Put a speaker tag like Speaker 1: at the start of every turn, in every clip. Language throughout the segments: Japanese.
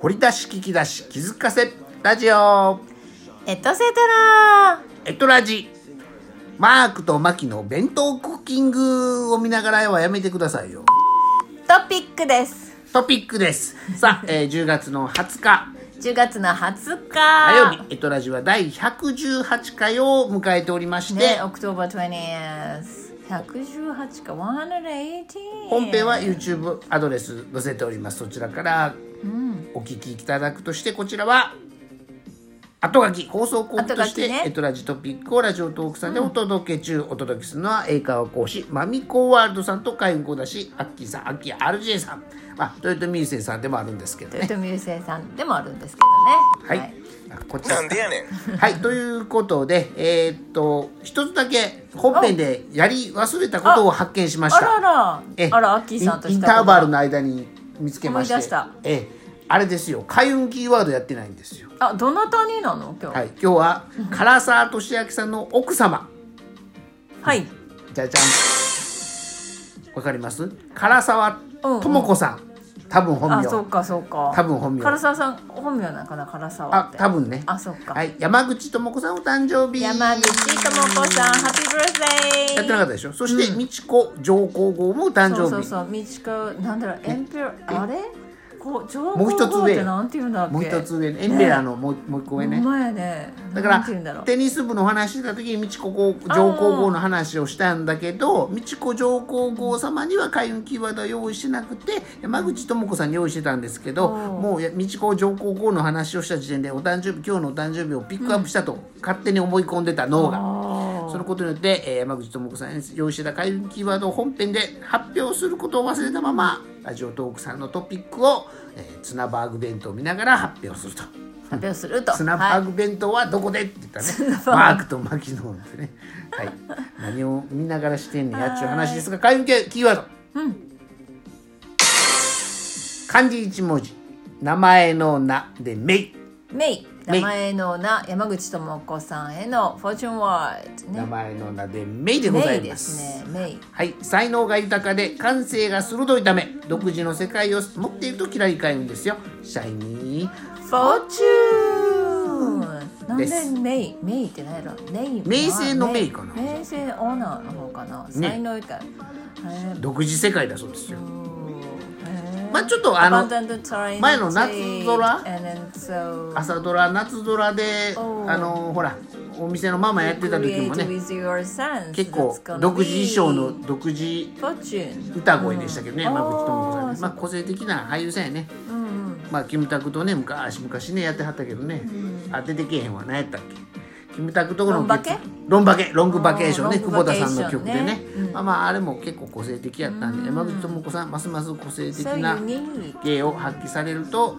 Speaker 1: 掘り出し聞き出し気づかせラジオ
Speaker 2: エトセトラ
Speaker 1: エトラジマークとマキの弁当クッキングを見ながらはやめてくださいよ
Speaker 2: トピックです
Speaker 1: トピックですさあ、えー10月の20日
Speaker 2: 10月の20日
Speaker 1: 火
Speaker 2: 火
Speaker 1: 曜日エトラジは第118回を迎えておりまして、
Speaker 2: ね、October 20th 118か118
Speaker 1: 本編は YouTube アドレス載せておりますそちらからお聞きいただくとしてこちらは後書き放送コープとし
Speaker 2: 後書
Speaker 1: て、
Speaker 2: きね
Speaker 1: エトラジトピックをラジオトークさんでお届け中、お届けするのは英会話講師マミコワールドさんと海運講だしアッキーさんアッキー RJ さん、まあ、豊臣優先さんでもあるんですけどね
Speaker 2: 豊臣優生さんでもあるんですけどね
Speaker 1: はい、あこちら
Speaker 3: なんでやねん。
Speaker 1: はいということでえーっと一つだけ本編でやり忘れたことを発見しまし
Speaker 2: あ
Speaker 1: た
Speaker 2: らら
Speaker 1: え
Speaker 2: あらアッキーさんと
Speaker 1: インイ
Speaker 2: し
Speaker 1: ン
Speaker 2: た
Speaker 1: ターバル
Speaker 2: の
Speaker 1: の間に見つけまして
Speaker 2: 思い出した
Speaker 1: ええあれですよ開運キーワードやってないんですよ
Speaker 2: あどなたになの今日
Speaker 1: はい今日は唐沢俊明さんの奥様
Speaker 2: はい、
Speaker 1: じゃじゃんわかります唐沢智子さん、多分本
Speaker 2: あ
Speaker 1: 名
Speaker 2: そうかそうか
Speaker 1: 多分本名
Speaker 2: 唐沢さん本名なんかな唐沢
Speaker 1: あ
Speaker 2: って
Speaker 1: 多分ね
Speaker 2: あそうか、
Speaker 1: はい山口智子さんお誕生日
Speaker 2: 山口智子さんハッピーブース
Speaker 1: やって
Speaker 2: デー
Speaker 1: なかったでしょそして、美智子上皇后もお誕生
Speaker 2: そ
Speaker 1: 日
Speaker 2: うそうそうみちこなんだろうエンペラあれこう上
Speaker 1: もう
Speaker 2: 皇
Speaker 1: 一つ
Speaker 2: 后っ
Speaker 1: 上
Speaker 2: てなんて言うんだっけ
Speaker 1: もう一つ上エンペラーのもう,、もう一個上ね
Speaker 2: ほんまやね
Speaker 1: だか
Speaker 2: なんて言うんだろ
Speaker 1: ら
Speaker 2: う
Speaker 1: テニス部の話してた時に美智子皇上皇后の話をしたんだけど美智子上皇后様には開運キーワードは用意してなくて山口智子さんに用意してたんですけど
Speaker 2: うん
Speaker 1: もうや美智子上皇后の話をした時点でお誕生日今日のお誕生日をピックアップしたと勝手に思い込んでた脳が。
Speaker 2: あ
Speaker 1: そのことによって、えー山口智子さんに用意してた開運キーワードを本編で発表することを忘れたままラジオトークさんのトピックを、えーツナバーグ弁当を見ながら発表すると。
Speaker 2: 発表すると
Speaker 1: スナバー
Speaker 2: はい
Speaker 1: グ弁当はどこでって言ったね、
Speaker 2: バーグ
Speaker 1: マークとマキノンってね、はい、何を見ながらしてんねやっちゅう話ですが開運キーワード、漢字一文字名前の名で「めい
Speaker 2: メイ
Speaker 1: メイ
Speaker 2: 名前の名山口智子さんへのフォーチュンワード」
Speaker 1: 名
Speaker 2: ね
Speaker 1: 前の名で「めい」でござ
Speaker 2: メイ
Speaker 1: い
Speaker 2: で
Speaker 1: ます
Speaker 2: すねメイ
Speaker 1: はい、才能が豊かで感性が鋭いため独自の世界を持っているとキラリカいうんですよシャイニー
Speaker 2: フォーチューンなん
Speaker 1: です
Speaker 2: でメイメイって何やろメイ
Speaker 1: 名声のメイかな
Speaker 2: 名声のオーナーの方かな才能以下へー
Speaker 1: 独自世界だそうですよ
Speaker 2: へー
Speaker 1: まあちょっとあの
Speaker 2: Abundant terrain
Speaker 1: 前の夏空
Speaker 2: and then so
Speaker 1: 朝ドラ夏ドラであ
Speaker 2: おう
Speaker 1: のほらお店のママやってた時も
Speaker 2: create
Speaker 1: ね
Speaker 2: with your sense
Speaker 1: 結構
Speaker 2: that's gonna
Speaker 1: 独自衣装
Speaker 2: be
Speaker 1: の独自
Speaker 2: fortune
Speaker 1: 歌声でしたけどね、
Speaker 2: うん
Speaker 1: 山口智子さん
Speaker 2: あ
Speaker 1: ね
Speaker 2: ー
Speaker 1: まあ個性的な俳優さんやね、まあキムタクとね昔昔ねやってはったけどね、あ出てけえへんわ何やったっけキムタクとこの
Speaker 2: ロンバケ
Speaker 1: ロンバケロングバケーションね
Speaker 2: あ
Speaker 1: 久
Speaker 2: ーロング
Speaker 1: 保
Speaker 2: バ
Speaker 1: 田
Speaker 2: ケーシ
Speaker 1: さん
Speaker 2: ョンね
Speaker 1: の曲でね、
Speaker 2: うん
Speaker 1: まあまああれも結構個性的やったんで、山口智子さんますます個性的
Speaker 2: so
Speaker 1: な
Speaker 2: unique
Speaker 1: 芸を発揮されると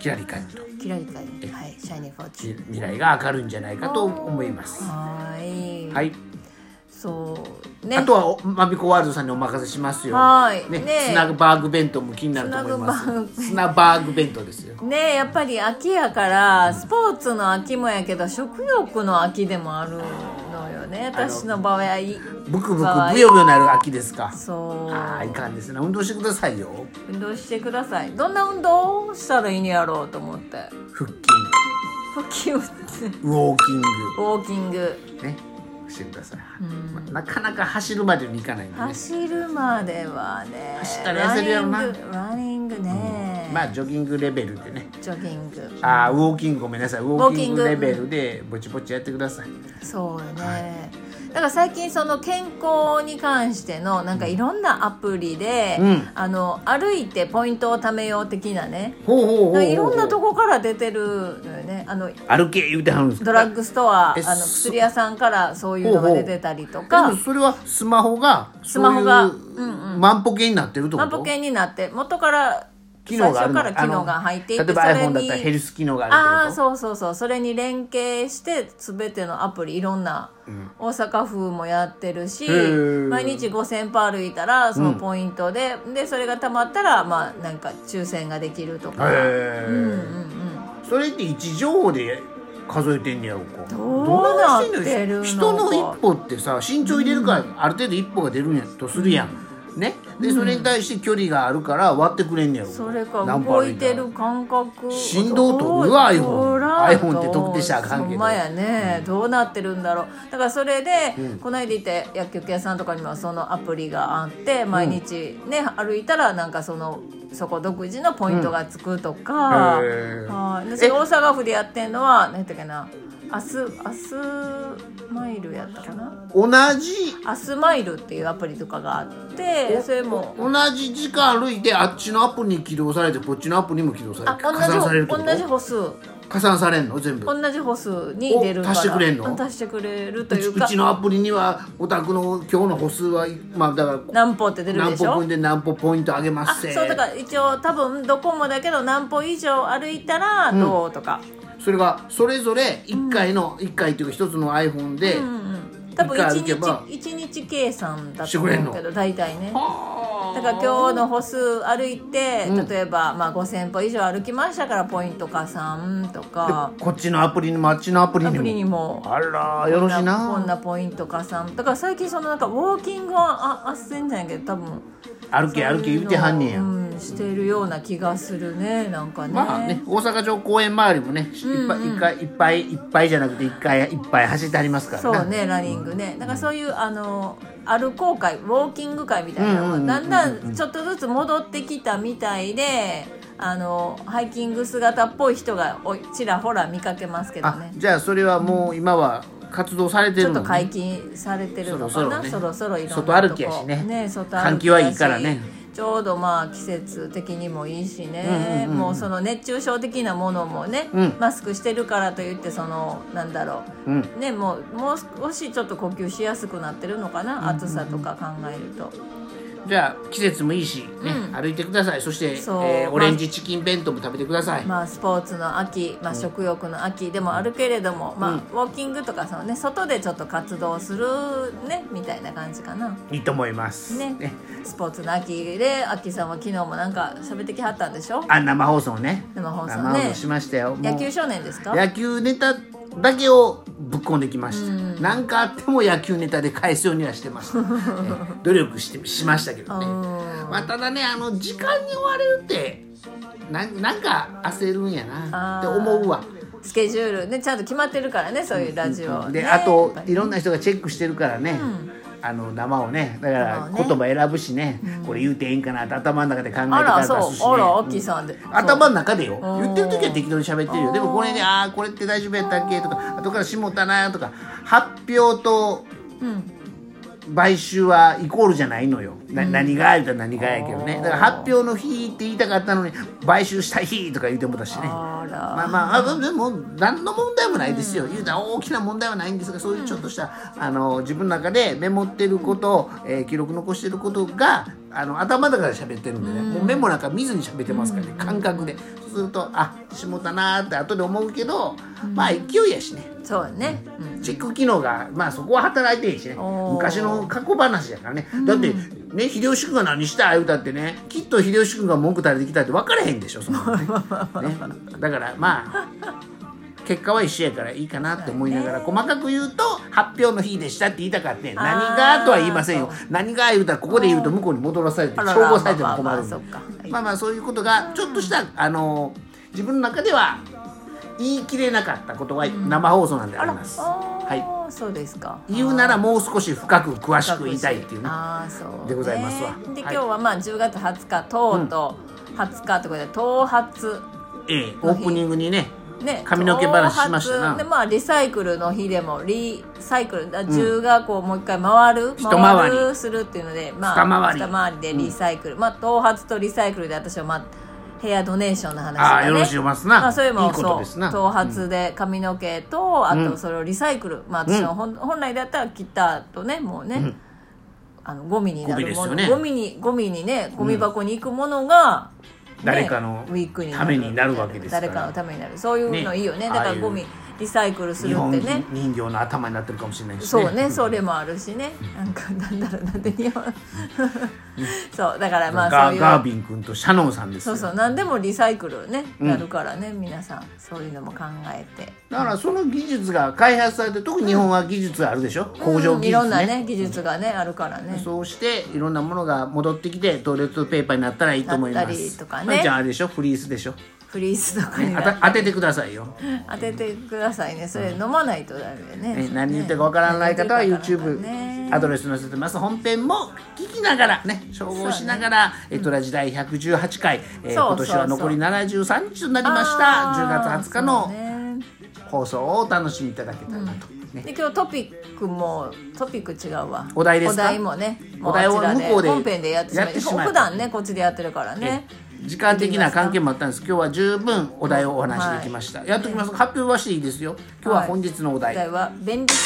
Speaker 1: キラリカイと
Speaker 2: キラリカにはい shiny fortune
Speaker 1: 未来が明るいんじゃないかと思います。
Speaker 2: はーい
Speaker 1: はい、
Speaker 2: そうね
Speaker 1: あとはおマミコワールドさんにお任せしますよ。
Speaker 2: はい
Speaker 1: ね
Speaker 2: ね
Speaker 1: スナバーグ弁当も気になると思います。スナバーグ弁当ですよ。
Speaker 2: ねやっぱり秋やからスポーツの秋もやけど食欲の秋でもあるのよね私の場合
Speaker 1: ブクブクブヨブヨなる秋ですか。
Speaker 2: そう
Speaker 1: ああいかんですね。運動してくださいよ。
Speaker 2: 運動してくださいどんな運動したらいいのやろうと思って
Speaker 1: 腹筋、
Speaker 2: 腹筋を打って
Speaker 1: ウォーキン
Speaker 2: ウォーキング
Speaker 1: グねしてください。まあなかなか走るまでにいかないんでね。
Speaker 2: 走るまではね
Speaker 1: 走ったら痩せるやろな
Speaker 2: ランニングランニングね、
Speaker 1: まあジョギングレベルでね。
Speaker 2: ジョギング
Speaker 1: ああウォーキングごめんなさい。ウォーキング
Speaker 2: ウォ
Speaker 1: レ
Speaker 2: ーキング
Speaker 1: ベルでぼちぼちやってください。
Speaker 2: そうよね、だから最近その健康に関してのなんかいろんなアプリで、
Speaker 1: うん
Speaker 2: あの歩いてポイントを貯めよう的なね
Speaker 1: ほうほうほうほう。
Speaker 2: いろんなとこから出てるのよねあの
Speaker 1: 歩け言うてはるんですか
Speaker 2: ドラッグストアあ
Speaker 1: え
Speaker 2: の
Speaker 1: そ
Speaker 2: 薬屋さんからそういうのが出てたりと
Speaker 1: で
Speaker 2: か
Speaker 1: もそれはスマホが
Speaker 2: スマホが
Speaker 1: そういう万歩計になってるってこと
Speaker 2: 万歩計になって元から
Speaker 1: 機
Speaker 2: 最
Speaker 1: 能がある
Speaker 2: 初
Speaker 1: の
Speaker 2: から機能が入っていて
Speaker 1: あの例えば
Speaker 2: それ
Speaker 1: iPhone
Speaker 2: に
Speaker 1: だったらヘルス機能があ
Speaker 2: あ
Speaker 1: る
Speaker 2: あ
Speaker 1: ってこと
Speaker 2: そうそうそうそれに連携して全てのアプリいろんな、大阪府もやってるし
Speaker 1: ー
Speaker 2: 毎日5,000歩歩いたらそのポイントで、でそれがたまったらまあなんか抽選ができるとか、
Speaker 1: へえ、それって位置情報で数えてんねやろか
Speaker 2: どうなってるの
Speaker 1: どう
Speaker 2: か
Speaker 1: なってんの人の一歩ってさ身長入れるからある程度一歩が出るんやとするやん、ねでそれに対して距離があるから割ってくれんねやろ
Speaker 2: それか
Speaker 1: 何歩
Speaker 2: 動
Speaker 1: 歩
Speaker 2: い
Speaker 1: たら
Speaker 2: てる感覚
Speaker 1: 振動とうわ iPhone iPhone って特定したらあかんけど
Speaker 2: ほんまやね、どうなってるんだろうだからそれで、この間行った薬局屋さんとかにもそのアプリがあって毎日ね、歩いたらなんかそのそこ独自のポイントがつくとか、
Speaker 1: うんへー
Speaker 2: はいで
Speaker 1: え
Speaker 2: それ大阪府でやってんのは何やったっけな明日明日マイルやったかな
Speaker 1: 同じ
Speaker 2: 明日マイルっていうアプリとかがあってそれも
Speaker 1: 同じ時間歩いてあっちのアプリに起動されてこっちのアプリにも起動され
Speaker 2: あ
Speaker 1: て
Speaker 2: 同
Speaker 1: 加算されるってこ
Speaker 2: じ
Speaker 1: と
Speaker 2: 同じ歩数
Speaker 1: 加算されんの全部
Speaker 2: 同じ歩数に出るから
Speaker 1: お足してくれんの
Speaker 2: うん足してくれると
Speaker 1: う
Speaker 2: い
Speaker 1: ち
Speaker 2: う
Speaker 1: う
Speaker 2: か
Speaker 1: ちのアプリにはお宅の今日の歩数はまあだから
Speaker 2: 何歩って出る
Speaker 1: 何
Speaker 2: でし
Speaker 1: 歩
Speaker 2: ょ
Speaker 1: 分で何歩ポイント上げま
Speaker 2: あ
Speaker 1: すせ
Speaker 2: そうだから一応多分どこもだけど何歩以上歩いたらどうとか、
Speaker 1: それがそれぞれ1回の、一1回というか1つの iPhone で、
Speaker 2: うんうん多分
Speaker 1: 一回歩けば
Speaker 2: 1日一日計算だと思う
Speaker 1: して
Speaker 2: け
Speaker 1: くれん
Speaker 2: ど大体ね
Speaker 1: は
Speaker 2: だから今日の歩数歩いて、例えば、まあ、5,000歩以上歩きましたからポイント加算とか
Speaker 1: あこっちのアプリにもあっちのアプリ
Speaker 2: ア
Speaker 1: に
Speaker 2: プ
Speaker 1: も
Speaker 2: リにも
Speaker 1: あらよろしいな
Speaker 2: こんなポイント加算だから最近そのなんかウォーキングはああっせんじゃないけど多分
Speaker 1: 歩け歩け言うてはんねんや、
Speaker 2: うん、してるような気がするねなんかね,、
Speaker 1: まあね大阪城公園周りもねいっぱい、いっぱいいっぱいいっぱいじゃなくていっぱいいっぱい走ってありますからな
Speaker 2: そうねランニングねだからそういうあの歩こう会ウォーキング会みたいなのがだんだんちょっとずつ戻ってきたみたいであのハイキング姿っぽい人がおいちらほら見かけますけど
Speaker 1: あ
Speaker 2: ね
Speaker 1: じゃあそれはもう今は活動されて
Speaker 2: ちょ
Speaker 1: る
Speaker 2: っ
Speaker 1: の
Speaker 2: と
Speaker 1: ね
Speaker 2: 解禁されてるのかな
Speaker 1: そ
Speaker 2: そ
Speaker 1: ろ
Speaker 2: ろ
Speaker 1: そ
Speaker 2: そ
Speaker 1: ろ
Speaker 2: ろ
Speaker 1: ね
Speaker 2: いろんなとこ
Speaker 1: 外歩きやしね
Speaker 2: 外歩きやし
Speaker 1: 換気はいいからね
Speaker 2: ちょうどまあ季節的にもいいしね、もうその熱中症的なものもね、
Speaker 1: うん
Speaker 2: マスクしてるからといってそのなんだろう、
Speaker 1: うん
Speaker 2: ねもうもう少しちょっと呼吸しやすくなってるのかな、暑さとか考えると
Speaker 1: じゃあ季節もいいし、ね歩いてくださいそして
Speaker 2: そう
Speaker 1: えー
Speaker 2: まあ
Speaker 1: オレンジチキン弁当も食べてください、
Speaker 2: まあスポーツの秋、まあ、食欲の秋でもあるけれども、まあ、ウォーキングとかその、ね、外でちょっと活動するねみたいな感じかな。
Speaker 1: いいと思います、
Speaker 2: ね
Speaker 1: ね
Speaker 2: スポーツの秋で秋さんは昨日もなんか喋ってきはったんでしょ
Speaker 1: あ生放送ね
Speaker 2: 生放送ね
Speaker 1: しましたよもう
Speaker 2: 野球少年ですか
Speaker 1: 野球ネタだけをぶっ込んできました何かあっても野球ネタで返すようにはしてましたえ ー努力してしましたけどね、
Speaker 2: うん
Speaker 1: まあ、ただねあの時間に追われるってなんなんか焦るんやなって思うわ
Speaker 2: スケジュールねちゃんと決まってるからねそういうラジオ、ね
Speaker 1: であと
Speaker 2: やっぱり
Speaker 1: いろんな人がチェックしてるからね、あの生をねだから
Speaker 2: 生
Speaker 1: 言
Speaker 2: をね
Speaker 1: 葉選ぶしね、これ言うていいんかなって頭の中で考えてか
Speaker 2: あ
Speaker 1: ら
Speaker 2: ら
Speaker 1: 出すし、ね、
Speaker 2: そうあらアッキーさんで、
Speaker 1: 頭の中でよ
Speaker 2: ん
Speaker 1: 言ってる時は適当に喋ってるよでもこれで「ああこれって大丈夫やったっけ?」とか「後から下田な」とか発表と
Speaker 2: そううん
Speaker 1: 買収はイコールじゃないのよ、な何が言うたら何がやけどねだから発表の日って言いたかったのに買収した日とか言うてもたしね
Speaker 2: あら、
Speaker 1: まあまあ、あでも何の問題もないですよ、言うたら大きな問題はないんですがそういうちょっとした、あの自分の中でメモってること、えー記録残してることがあの頭の中で喋ってるんでね、もうメモなんか見ずに喋ってますからね、感覚でそうするとあしもたなーって後で思うけど、まあ勢いやしね
Speaker 2: そうね、うん
Speaker 1: チェック機能がまあそこは働いてへんしね
Speaker 2: おー
Speaker 1: 昔の過去話やからねだってね秀吉君が何した言うたってねきっと秀吉君が文句垂れてきたって分からへんでしょそんな のねねだからまあ結果は一緒やからいいかなって思いながら細かく言うと発表の日でしたって言いたかってん何がとは言いませんよ何が言うたらここで言うと向こうに戻らされて
Speaker 2: あら
Speaker 1: 消防されても困るんで
Speaker 2: まあまあまあまあそっか
Speaker 1: まあまあそういうことがちょっとしたあの自分の中では言い切れなかったことは生放送なんであ
Speaker 2: あ
Speaker 1: り
Speaker 2: ら
Speaker 1: ます、
Speaker 2: あ
Speaker 1: はい
Speaker 2: ー、そうですか
Speaker 1: 言うならもう少し深く詳しく言いたいっていうね
Speaker 2: ああそう、ね、
Speaker 1: でございますわはい
Speaker 2: で今日はまあ10月20日とうとう20日ということで頭髪
Speaker 1: ええオープニングにね
Speaker 2: ね、
Speaker 1: 髪の毛話しましたな
Speaker 2: 頭髪でまあリサイクルの日でもリサイクルだ銃がこうもう一回回る、
Speaker 1: 一回り
Speaker 2: るするっていうので、まあ、
Speaker 1: 二回り
Speaker 2: でリサイクル、まあ頭髪とリサイクルで私はまあヘアドネーションの話
Speaker 1: あ
Speaker 2: が、
Speaker 1: あ
Speaker 2: ね、
Speaker 1: よろしゅうますな
Speaker 2: まあ、それも
Speaker 1: いいこ
Speaker 2: そう
Speaker 1: とですな
Speaker 2: 頭髪で髪の毛とあとそれをリサイクル、まあ私は本本来だったら切ったとねもうね、あのゴミになるも
Speaker 1: ゴ
Speaker 2: の
Speaker 1: ミですよね
Speaker 2: ゴミにゴミにねゴミ箱に行くものが、ね
Speaker 1: 誰かの
Speaker 2: ウィークに
Speaker 1: ためになるわけですから
Speaker 2: 誰かのためになるそういうのいいよ
Speaker 1: ね
Speaker 2: ねだか
Speaker 1: ああ
Speaker 2: ら
Speaker 1: いう
Speaker 2: ゴミリサイクルす
Speaker 1: 日
Speaker 2: るっ
Speaker 1: 本
Speaker 2: てね
Speaker 1: 人形の頭になってるかもしれないし、ね、
Speaker 2: そうねそれもあるしねなんかなんだろうなんで日本 そうだからまあ
Speaker 1: ガ
Speaker 2: そう
Speaker 1: ー
Speaker 2: いう
Speaker 1: ガービン君とシャノンさんです
Speaker 2: そ
Speaker 1: よ
Speaker 2: うそう何でもリサイクルね、
Speaker 1: うん
Speaker 2: なるからね皆さんそういうのも考えて
Speaker 1: だからその技術が開発されて特に日本は技術があるでしょ、工場
Speaker 2: うん
Speaker 1: 技
Speaker 2: いろん
Speaker 1: 術
Speaker 2: な
Speaker 1: ね,、
Speaker 2: ね技術がねあるからね
Speaker 1: そうしていろんなものが戻ってきてトイレットペーパーになったらいいと思います
Speaker 2: なったりとかね
Speaker 1: まいちゃんあれでしょフリースでしょ、
Speaker 2: フリースとかに
Speaker 1: ね、
Speaker 2: な
Speaker 1: あた当ててくださいよ、
Speaker 2: 当ててくださいねそれ飲まないとダメね
Speaker 1: ね、何言ってるかわからない方は
Speaker 2: 何言ってるかわから
Speaker 1: YouTube
Speaker 2: ないね
Speaker 1: アドレス載せてます本編も聞きながらね照合しながら「えっとラジ第118回」えー
Speaker 2: そう
Speaker 1: 今年は残り73日となりました10
Speaker 2: あー
Speaker 1: 月20日の
Speaker 2: そうね
Speaker 1: 放送をお楽しみいただけたらなと、ね
Speaker 2: で今日トピックもトピック違うわ
Speaker 1: お題ですか
Speaker 2: お題もねも
Speaker 1: お題を
Speaker 2: あちら
Speaker 1: 向こうで
Speaker 2: 本編でやってしま
Speaker 1: やっ
Speaker 2: い
Speaker 1: てしまえば
Speaker 2: 普段ねこっちでやってるからね
Speaker 1: 時間的な関係もあったんです今日は十分お題をお話しできました、やっときます発表はしていいですよ今日は本日のお
Speaker 2: お
Speaker 1: 題、
Speaker 2: 題は便利商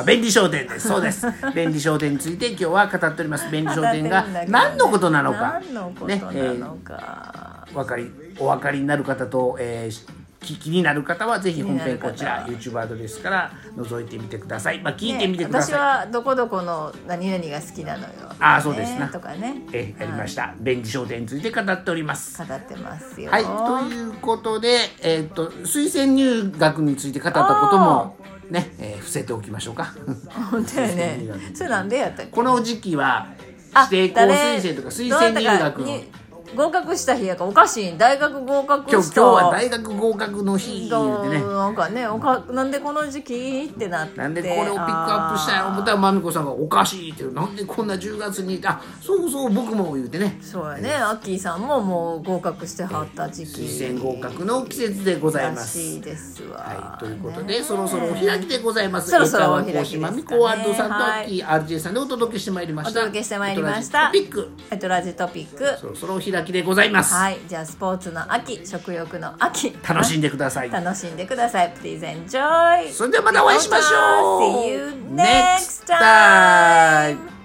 Speaker 1: あ便利商店ですそうです 便利商店について今日は語っております便利商店が
Speaker 2: 語ってるんだけどね
Speaker 1: 何のことなの
Speaker 2: 品
Speaker 1: か
Speaker 2: 何のこと
Speaker 1: ねえ
Speaker 2: な
Speaker 1: ー
Speaker 2: のか、
Speaker 1: わかりお分かりになる方と、えーき気になる方はぜひ本編こちら
Speaker 2: 気
Speaker 1: YouTube アドレスから覗いてみてください、まあ、聞い
Speaker 2: ね
Speaker 1: てみてくだ
Speaker 2: 私
Speaker 1: さい、
Speaker 2: はどこどこの何々が好きなのよ
Speaker 1: あーそうですな
Speaker 2: ねとかね
Speaker 1: えーやりました便利商店について語っております
Speaker 2: 語ってますよ
Speaker 1: はい、ということで、えー、と推薦入学について語ったことも、ねえー伏せておきましょうか
Speaker 2: 本当や ねそれなんでやったっけ
Speaker 1: この時期は
Speaker 2: あ
Speaker 1: 指定校推薦とか推薦入学
Speaker 2: どうや
Speaker 1: の
Speaker 2: ったかに合格した日やからおかしい大学合
Speaker 1: 今
Speaker 2: 格
Speaker 1: 日今
Speaker 2: し
Speaker 1: 日
Speaker 2: た
Speaker 1: は大学合格の日言
Speaker 2: ど
Speaker 1: うてね
Speaker 2: うなんかねおかなんでこの時期ってなって
Speaker 1: なんでこれをピックアップしたんやろ思ったらまみこさんが「おかしい」って言うなんでこんな10月にあそうそう僕も言うてね
Speaker 2: そうやねアッキーさんももう合格してはった時期
Speaker 1: 推薦合格の季節でござい
Speaker 2: ら
Speaker 1: ます
Speaker 2: しいですわ、
Speaker 1: はい、ということで、そろそろお開きでございます。
Speaker 2: そろそろお開き
Speaker 1: 江川
Speaker 2: ですかね
Speaker 1: マミコアンドさんと
Speaker 2: はい
Speaker 1: アッキー RJ さんでお届けしてまいりました。
Speaker 2: お届けしてまいりました
Speaker 1: ピック、
Speaker 2: えっとラジトピック
Speaker 1: そろそろお開きでございます。
Speaker 2: はいじゃあスポーツの秋食欲の秋
Speaker 1: 楽しんでください。
Speaker 2: 楽しんでください Please enjoy
Speaker 1: それではまたお会いしましょう。
Speaker 2: See you next time.
Speaker 1: time.